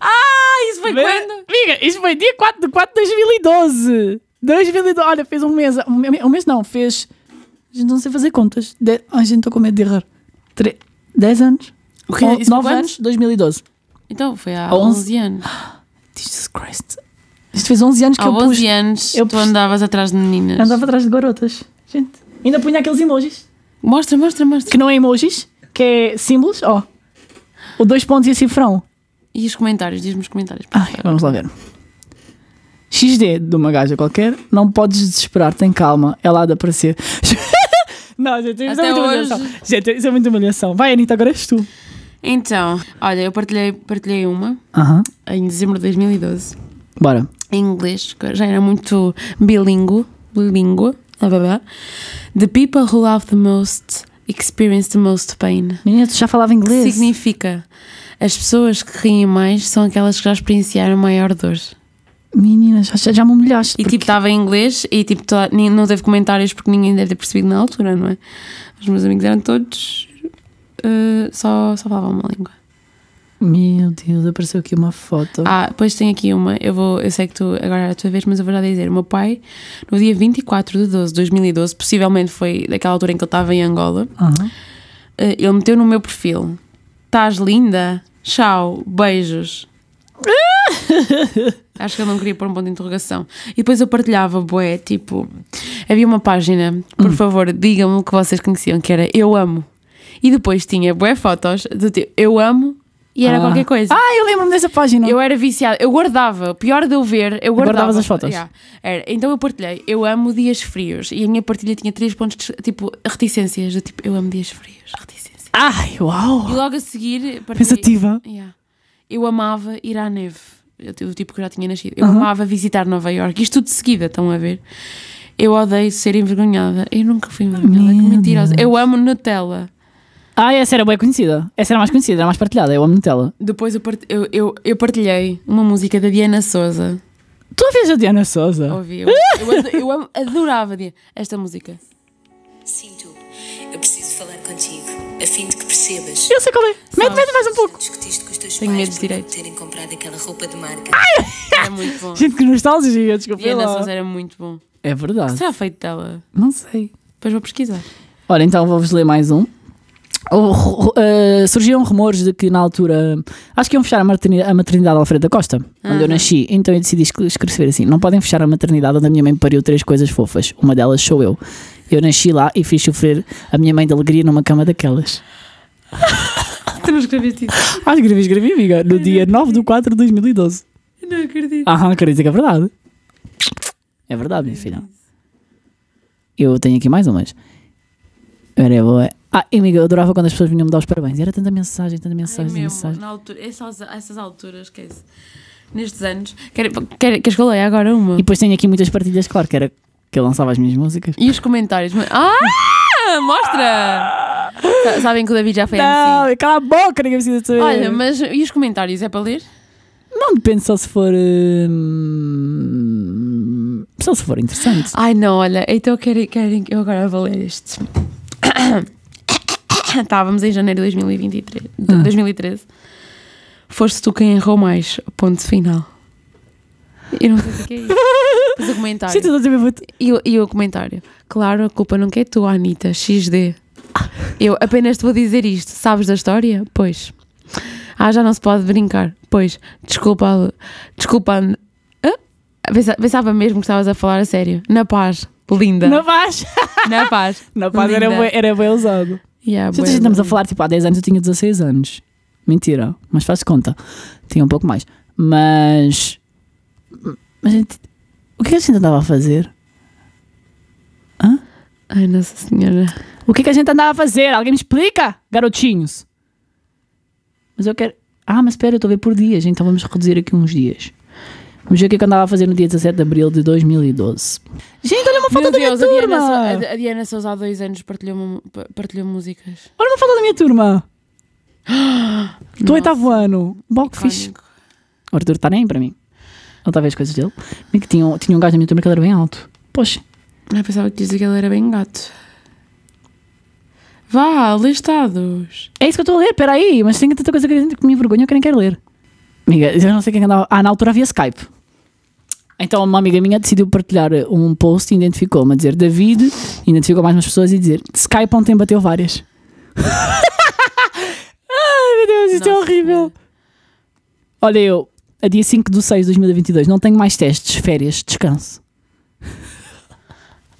Speaker 1: Ah, isso foi quando?
Speaker 2: Amiga, isto foi dia 4 de 4 de 2012. 2012, olha, fez um mês. Um, me- um mês não, fez. Gente, não sei fazer contas. De... Ai, gente, estou com medo de errar. 10 anos?
Speaker 1: O quê? Isso foi
Speaker 2: 9
Speaker 1: quando?
Speaker 2: anos? 2012.
Speaker 1: Então, foi há
Speaker 2: Há 11
Speaker 1: 11 anos.
Speaker 2: Jesus Christ. Isto fez 11 anos que
Speaker 1: Há
Speaker 2: eu pus.
Speaker 1: 11 anos
Speaker 2: eu
Speaker 1: tu
Speaker 2: pus-
Speaker 1: andavas atrás de meninas.
Speaker 2: Andava atrás de garotas. Gente. Ainda punha aqueles emojis.
Speaker 1: Mostra, mostra, mostra.
Speaker 2: Que não é emojis, que é símbolos, ó. O dois pontos e a cifrão.
Speaker 1: E os comentários, diz-me os comentários. por
Speaker 2: Ai,
Speaker 1: favor.
Speaker 2: vamos lá ver. XD de uma gaja qualquer, não podes desesperar, tem calma, é lá de aparecer. não, gente, isso
Speaker 1: Até
Speaker 2: é muita
Speaker 1: hoje.
Speaker 2: humilhação. Gente, isso é muita humilhação. Vai, Anitta, agora és tu.
Speaker 1: Então, olha, eu partilhei, partilhei uma
Speaker 2: Aham.
Speaker 1: em dezembro de 2012,
Speaker 2: Bora.
Speaker 1: em inglês, que eu já era muito bilingue, bilingue, blá, blá, blá. The people who love the most experience the most pain.
Speaker 2: Menina, tu já falava
Speaker 1: Que
Speaker 2: inglês.
Speaker 1: significa? As pessoas que riem mais são aquelas que já experienciaram maior dor.
Speaker 2: Menina, já, já, já me humilhaste.
Speaker 1: E tipo, estava em inglês e tipo, toda- ni- não teve comentários porque ninguém deve ter percebido na altura, não é? Os meus amigos eram todos. eh, só, só falavam uma língua.
Speaker 2: Meu Deus, apareceu aqui uma foto.
Speaker 1: Ah, depois tem aqui uma. Eu, vou, eu sei que tu agora era a tua vez, mas eu vou já dizer. O meu pai, no dia 24 de 12 de 2012, possivelmente foi daquela altura em que ele estava em Angola,
Speaker 2: Aham.
Speaker 1: eh, ele meteu no meu perfil: Estás linda? Tchau, beijos. Acho que ele não queria pôr um ponto de interrogação. E depois eu partilhava, boé, tipo. Havia uma página, por favor, digam-me o que vocês conheciam, que era Eu Amo. E depois tinha boé fotos do tipo Eu Amo e era
Speaker 2: Ah.
Speaker 1: qualquer coisa.
Speaker 2: Ah, eu lembro-me dessa página.
Speaker 1: Eu era viciada, eu guardava, pior de eu ver, eu guardava.
Speaker 2: Guardavas as fotos?
Speaker 1: Yeah. Era. Então eu partilhei, eu amo dias frios. E a minha partilha tinha três pontos, de, tipo, reticências. do tipo, eu amo dias frios, reticências.
Speaker 2: Ai,
Speaker 1: E
Speaker 2: uau!
Speaker 1: logo a seguir, partilhei.
Speaker 2: Pensativa.
Speaker 1: Yeah. Eu amava ir à neve. Eu, o tipo que já tinha nascido. Eu amava visitar Nova Iorque. Isto tudo de seguida, estão a ver? Eu odeio ser envergonhada. Eu nunca fui envergonhada. Que
Speaker 2: Meu
Speaker 1: mentirosa. Eu amo Nutella.
Speaker 2: Ah, essa era bem conhecida. Essa era mais conhecida, era mais partilhada. Eu amo Nutella.
Speaker 1: Depois eu, part- eu, eu, eu partilhei uma música da Diana Souza.
Speaker 2: Tu ouvias a Diana Souza?
Speaker 1: Ouvi. Eu, eu, ado- eu amo- adorava Diana- esta música.
Speaker 4: Sinto, eu preciso falar contigo, a fim de que percebas.
Speaker 2: Eu sei qual é. Mete, mete mais um pouco.
Speaker 4: Discutiste com os teus
Speaker 1: Tenho
Speaker 4: pais
Speaker 1: medo de
Speaker 4: por não
Speaker 1: direitos.
Speaker 4: terem comprado aquela roupa de marca.
Speaker 1: Era muito bom.
Speaker 2: Gente, que nostalgia, desculpa.
Speaker 1: Diana
Speaker 2: lá.
Speaker 1: Souza era muito bom. O
Speaker 2: É
Speaker 1: que
Speaker 2: verdade.
Speaker 1: será feito dela?
Speaker 2: Não sei.
Speaker 1: Depois vou pesquisar.
Speaker 2: Ora, então vou-vos ler mais um. O- ru- eh, surgiram rumores de que na altura acho que iam fechar a maternidade, a maternidade Alfredo da Costa, onde eu nasci. Então eu decidi escre- escrever assim: não podem fechar a maternidade onde a minha mãe pariu três coisas fofas. Uma delas sou eu. Eu nasci lá e fiz sofrer a minha mãe de alegria numa cama daquelas.
Speaker 1: Tu não tipo, escreveste isso?
Speaker 2: Ah, escrevi, escrevi, amiga, no dia 9 de 4 de 2012.
Speaker 1: Eu Não acredito.
Speaker 2: Aham, quero dizer que é verdade. É verdade, minha filha. Eu tenho aqui mais umas. Era boa. Ah, e, amiga, eu adorava quando as pessoas vinham me dar os parabéns. Era tanta mensagem, tanta
Speaker 1: Ai,
Speaker 2: mensagem,
Speaker 1: mesmo,
Speaker 2: mensagem.
Speaker 1: na altura, essas, essas alturas, esquece. Nestes anos. Quer, quer, queres que eu leia agora uma?
Speaker 2: E depois tenho aqui muitas partilhas, claro, que era que eu lançava as minhas músicas.
Speaker 1: E os comentários. mas- Ah! Mostra! Sa- Sabem que o David já foi assim.
Speaker 2: cala a boca, ninguém precisa saber.
Speaker 1: Olha, mas e os comentários? É para ler?
Speaker 2: Não depende só se for. hum, Só se for interessante.
Speaker 1: Ai não, olha, então querem, querem eu agora vou ler este. Estávamos em janeiro de 2023, de 2013. Foste tu quem errou mais. Ponto final. Eu não sei o que é isso. Mas o comentário.
Speaker 2: Sinto outra vez.
Speaker 1: E, o- e o comentário? Claro, a culpa nunca é tua, Anitta. XD. Eu apenas te vou dizer isto. Sabes da história? Pois. Ah, já não se pode brincar. Pois. Desculpa. Desculpa. An- Hã? Pensa- Pensava mesmo que estavas a falar a sério. Na paz. Linda.
Speaker 2: Na paz!
Speaker 1: Na paz.
Speaker 2: Na paz era
Speaker 1: Linda.
Speaker 2: bem, era bem usado.
Speaker 1: Yeah,
Speaker 2: Se
Speaker 1: bué,
Speaker 2: a gente estamos a
Speaker 1: bué.
Speaker 2: falar, tipo, há 10 anos eu tinha 16 anos. Mentira, mas faz conta. Tinha um pouco mais. Mas. Mas a gente. O que é que a gente andava a fazer?
Speaker 1: Ai, Nossa Senhora.
Speaker 2: O que é que a gente andava a fazer? Alguém me explica, garotinhos. Mas eu quero. Ah, mas espera, eu estou a ver por dias, então vamos reduzir aqui uns dias. Vamos ver o que é que eu andava a fazer no dia 17 de abril de 2012. Gente, olha uma foto
Speaker 1: Meu
Speaker 2: da minha
Speaker 1: Deus, a Diana,
Speaker 2: turma!
Speaker 1: Sou- a- a Diana Souza há dois anos partilhou, mu- pa- partilhou músicas.
Speaker 2: Olha uma foto da minha turma! Do oitavo ano. Bom que fixe.
Speaker 1: Icónico.
Speaker 2: O Arthur está nem para mim. tá Ou talvez coisas dele. Bem que tinha, um- tinha um gajo na minha turma que ele era bem alto. Poxa.
Speaker 1: Eu pensava que dizia que ele era bem gato. Vá, listados.
Speaker 2: É isso que eu estou a ler, peraí. Mas tem tanta coisa que eu que me envergonha que eu nem quero ler. Amiga, eu não sei quem andava. Ah, na altura havia Skype. Então uma amiga minha decidiu partilhar um post e identificou-me a dizer David, identificou mais umas pessoas e dizer Skype ontem bateu várias. Ai meu Deus, isto é
Speaker 1: Nossa né?
Speaker 2: horrível.
Speaker 1: Senhora.
Speaker 2: Olha eu, a dia 5 de 6 de 2022, não tenho mais testes, férias, descanso.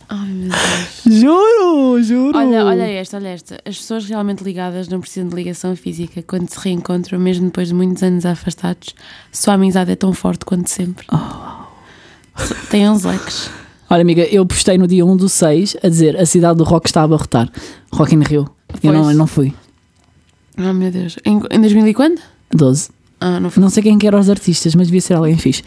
Speaker 1: Ai meu Deus.
Speaker 2: Juro, juro.
Speaker 1: Olha, olha esta, olha esta. As pessoas realmente ligadas não precisam de ligação física. Quando se reencontram, mesmo depois de muitos anos afastados, sua amizade é tão forte quanto sempre. Oh. Tem uns likes.
Speaker 2: Olha, amiga, eu postei no dia 1 do 6 a dizer a cidade do rock está a abarrotar. Rock in Rio. Eu
Speaker 1: Pois.
Speaker 2: não, eu não fui.
Speaker 1: Oh meu Deus. Em, em 2000 e quando?
Speaker 2: 12.
Speaker 1: Ah, não foi.
Speaker 2: Não sei quem que eram os artistas, mas devia ser alguém fixe.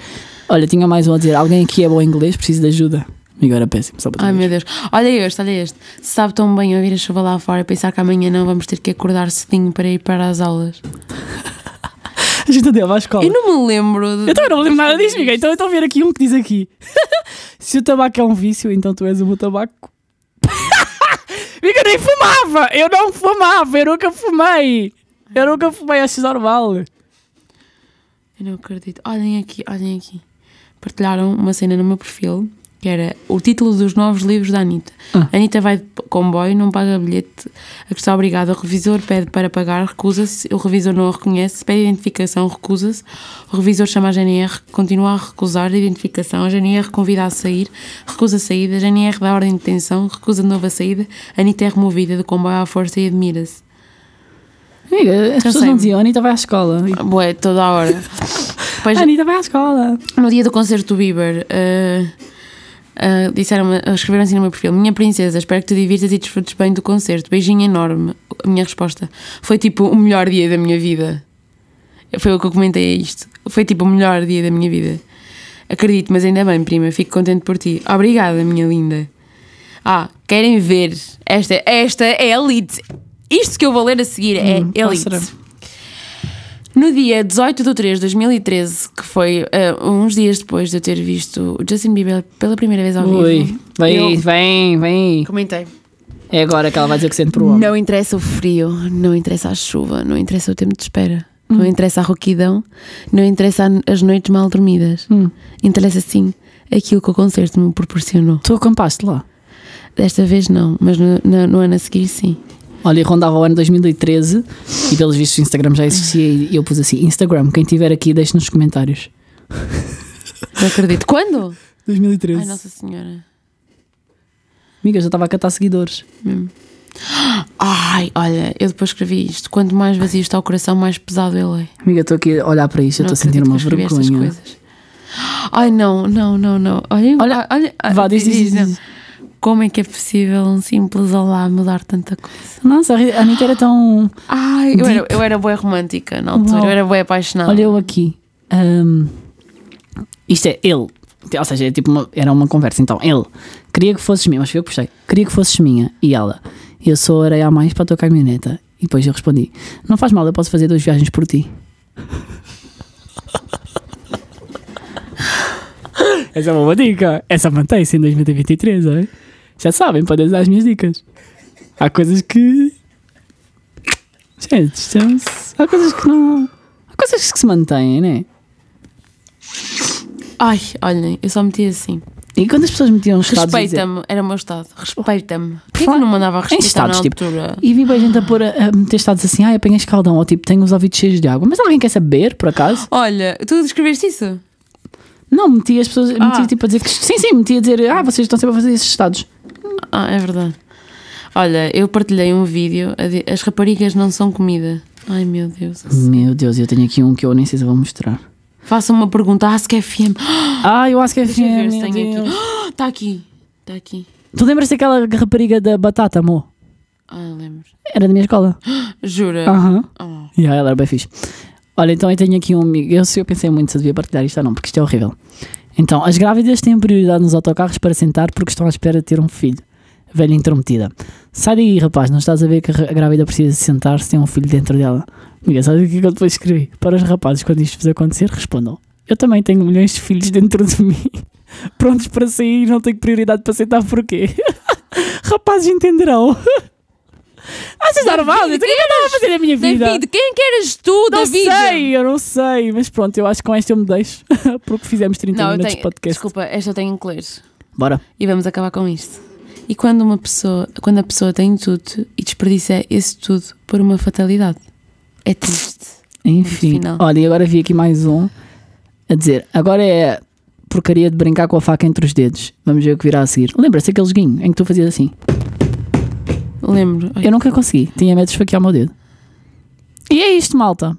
Speaker 2: Olha, tinha mais um a dizer: alguém aqui é bom em inglês, precisa de ajuda. Amiga, era péssimo, só para
Speaker 1: Ai
Speaker 2: tu
Speaker 1: meu
Speaker 2: ver.
Speaker 1: Deus. Olha este, olha este. Sabe tão bem ouvir a chuva lá fora e pensar que amanhã não vamos ter que acordar cedinho para ir para as aulas.
Speaker 2: A gente deu à escola.
Speaker 1: Eu não me lembro. de-
Speaker 2: Eu também não me lembro nada disso, amiga. Então eu estou a ver aqui um que diz aqui: Se o tabaco é um vício, então tu és o meu tabaco. amiga, eu nem fumava! Eu não fumava, eu nunca fumei. Eu nunca fumei, acho normal.
Speaker 1: Eu não acredito. Olhem aqui, olhem aqui. Partilharam uma cena no meu perfil que era o título dos novos livros da Anitta. A Anitta vai de comboio, não paga bilhete, a que está obrigado ao revisor, pede para pagar, recusa-se, o revisor não a reconhece, pede identificação, recusa-se, o revisor chama a GNR, continua a recusar a identificação, a GNR convida a sair, recusa a saída, a GNR dá ordem de detenção, recusa de novo a saída, a Anitta é removida do comboio à força e admira-se.
Speaker 2: Amiga, as pessoas
Speaker 1: sei.
Speaker 2: não diziam, a Anitta vai à escola. E,
Speaker 1: Bué, toda a hora. Depois,
Speaker 2: A Anitta vai à escola.
Speaker 1: no dia do concerto do Bieber, eh, eh, disseram-me, escreveram assim no meu perfil: Minha princesa, espero que te divirtas e desfrutes bem do concerto. Beijinho enorme. A minha resposta foi tipo o melhor dia da minha vida. Foi o que eu comentei a isto. Foi tipo o melhor dia da minha vida. Acredito, mas ainda bem, prima, fico contente por ti. Obrigada, minha linda. Ah, querem ver? Esta, esta é elite. Isto que eu vou ler a seguir é
Speaker 2: Hum, qual
Speaker 1: elite.
Speaker 2: será?
Speaker 1: No dia 18 de 3 de 2013, que foi eh, uns dias depois de eu ter visto o Justin Bieber pela primeira vez ao
Speaker 2: Ui,
Speaker 1: vivo,
Speaker 2: vem,
Speaker 1: eu
Speaker 2: vem, vem.
Speaker 1: comentei.
Speaker 2: É agora que ela vai dizer que sente por um homem.
Speaker 1: Não interessa o frio, não interessa a chuva, não interessa o tempo de espera,
Speaker 2: Hum.
Speaker 1: não interessa a roquidão, não interessa a- as noites mal dormidas.
Speaker 2: Hum.
Speaker 1: Interessa sim aquilo que o concerto me proporcionou.
Speaker 2: Tu acampaste lá.
Speaker 1: Desta vez não, mas no, na- no ano a seguir sim.
Speaker 2: Olha, e rondava o ano 2013 e pelos vistos o Instagram já existia e eu pus assim: Instagram, quem tiver aqui, deixe nos comentários.
Speaker 1: Não acredito. Quando?
Speaker 2: 2013.
Speaker 1: Ai, Nossa Senhora.
Speaker 2: Amiga, eu já estava a catar seguidores.
Speaker 1: Ai, olha, eu depois escrevi isto. Quanto mais vazio está o coração, mais pesado ele é.
Speaker 2: Amiga, eu estou aqui a olhar para isto, eu
Speaker 1: Não
Speaker 2: estou a sentir
Speaker 1: acredito
Speaker 2: uma
Speaker 1: que eu escrevi estas
Speaker 2: vergonha.
Speaker 1: coisas. Ai, não, não, não, não. Olha, olha, olha.
Speaker 2: Vá, diz, diz, diz,
Speaker 1: não.
Speaker 2: diz.
Speaker 1: Como é que é possível um simples olá mudar tanta coisa?
Speaker 2: Nossa, a Anitta era tão.
Speaker 1: Ai, eu era, eu era boa romântica na altura,
Speaker 2: Uau.
Speaker 1: eu era boa apaixonada.
Speaker 2: Olha eu aqui. Ahm, isto é ele. Ou seja, é tipo uma- era uma conversa. Então, ele queria que fosses minha, mas foi eu que puxei. Queria que fosses minha. E ela, eu sou a areia a mais para a tua caminhoneta. E depois eu respondi: Não faz mal, eu posso fazer duas viagens por ti. Essa é uma boa dica. Essa mantém-se em 2023, é? Já sabem, podem usar as minhas dicas. Há coisas que. Gente, estamos... há coisas que não. Há coisas que se mantêm, né?
Speaker 1: Ai, olhem, eu só meti assim.
Speaker 2: E quando as pessoas metiam os estados. a dizer-
Speaker 1: Respeita-me, era o meu estado. Respeita-me. Por Oh. que eu não mandava
Speaker 2: Em
Speaker 1: respeitar
Speaker 2: estados,
Speaker 1: na
Speaker 2: tipo.
Speaker 1: altura?
Speaker 2: E vi bem gente a, pôr a, a meter estados assim, ai, apanhei escaldão, ou tipo, tenho os ouvidos cheios de água. Mas alguém quer saber, por acaso?
Speaker 1: Olha, tu descreveste isso?
Speaker 2: Não, meti as pessoas,
Speaker 1: Ah.
Speaker 2: meti tipo a dizer que. Sim, sim, meti a dizer, ah, vocês estão sempre a fazer esses estados.
Speaker 1: Ah, é verdade. Olha, eu partilhei um vídeo a di- as raparigas não são comida. Ai meu Deus.
Speaker 2: Meu Deus, eu tenho aqui um que eu nem sei se vou mostrar.
Speaker 1: Façam uma pergunta, ah, se quer FM.
Speaker 2: Ah, eu acho que é
Speaker 1: Deixa eu ver se
Speaker 2: meu
Speaker 1: tenho
Speaker 2: Deus.
Speaker 1: aqui. Está aqui. Está aqui.
Speaker 2: Tu lembras daquela rapariga da batata, amor?
Speaker 1: Ah, eu lembro.
Speaker 2: Era da minha escola.
Speaker 1: Jura?
Speaker 2: Aham.
Speaker 1: Oh.
Speaker 2: E yeah, ela era bem fixe. Olha, então eu tenho aqui um amigo. Eu, se eu pensei muito se eu devia partilhar isto ou não, porque isto é horrível. Então, as grávidas têm prioridade nos autocarros para sentar porque estão à espera de ter um filho. Velha intrometida. Sai daí, rapaz, não estás a ver que a ra- a grávida precisa sentar se tem um filho dentro dela. Amiga, sabes o que é que eu depois escrevi? Para os rapazes, quando isto vos acontecer, respondam. Eu também tenho milhões de filhos dentro de mim, prontos para sair e não tenho prioridade para sentar porquê. rapazes entenderão. Achas normal?
Speaker 1: David,
Speaker 2: Então, O que é que eu estava a fazer na minha vida?
Speaker 1: David, quem que eras tu,
Speaker 2: Não
Speaker 1: David?
Speaker 2: sei, eu não sei, mas pronto, eu acho que com esta eu me deixo, porque fizemos 30
Speaker 1: Não, eu
Speaker 2: minutos de
Speaker 1: tenho.
Speaker 2: podcast.
Speaker 1: Desculpa, esta eu tenho que ler.
Speaker 2: Bora.
Speaker 1: E vamos acabar com isto. E quando uma pessoa, quando a pessoa tem tudo e desperdiça esse tudo por uma fatalidade? É triste.
Speaker 2: Enfim.
Speaker 1: final.
Speaker 2: Olha, e agora vi aqui mais um a dizer: agora é porcaria de brincar com a faca entre os dedos. Vamos ver o que virá a seguir. Lembra-se aquele joguinho em que tu fazias assim?
Speaker 1: Lembro. Ai,
Speaker 2: Eu nunca consegui, tinha medo de esfaquear o meu dedo. E é isto, malta.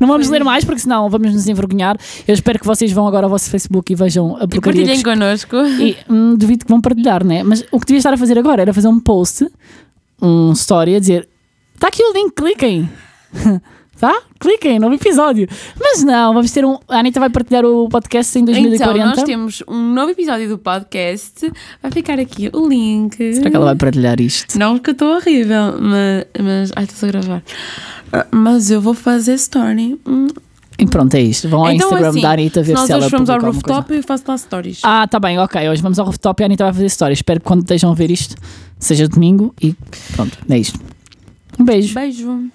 Speaker 2: Não vamos ler mais, porque senão vamos nos envergonhar. Eu espero que vocês vão agora ao vosso Facebook e vejam a
Speaker 1: E
Speaker 2: porcaria que
Speaker 1: partilhem connosco.
Speaker 2: E hum, duvido que vão partilhar, né? Mas o que devias estar a fazer agora era fazer um post, um story, a dizer: está aqui o link, cliquem. Tá? Cliquem, novo episódio. Mas não, vamos ter um. A Anitta vai partilhar o podcast em
Speaker 1: Então,
Speaker 2: 2040.
Speaker 1: nós temos um novo episódio do podcast. Vai ficar aqui o link.
Speaker 2: Será que ela vai partilhar isto?
Speaker 1: Não, porque eu estou horrível, mas, mas. Ai, estou a gravar. Ah, Mas eu vou fazer story. Hum.
Speaker 2: E pronto, é isto. Vão ao
Speaker 1: Então,
Speaker 2: Instagram
Speaker 1: assim,
Speaker 2: da Anitta ver
Speaker 1: nós
Speaker 2: se ela
Speaker 1: hoje vamos
Speaker 2: publica
Speaker 1: ao
Speaker 2: alguma coisa.
Speaker 1: rooftop e eu faço lá stories.
Speaker 2: Ah, tá bem, ok. Hoje vamos ao rooftop e a Anitta vai fazer stories. Espero que quando estejam a ver isto, seja domingo e pronto, é isto. Um beijo.
Speaker 1: Beijo.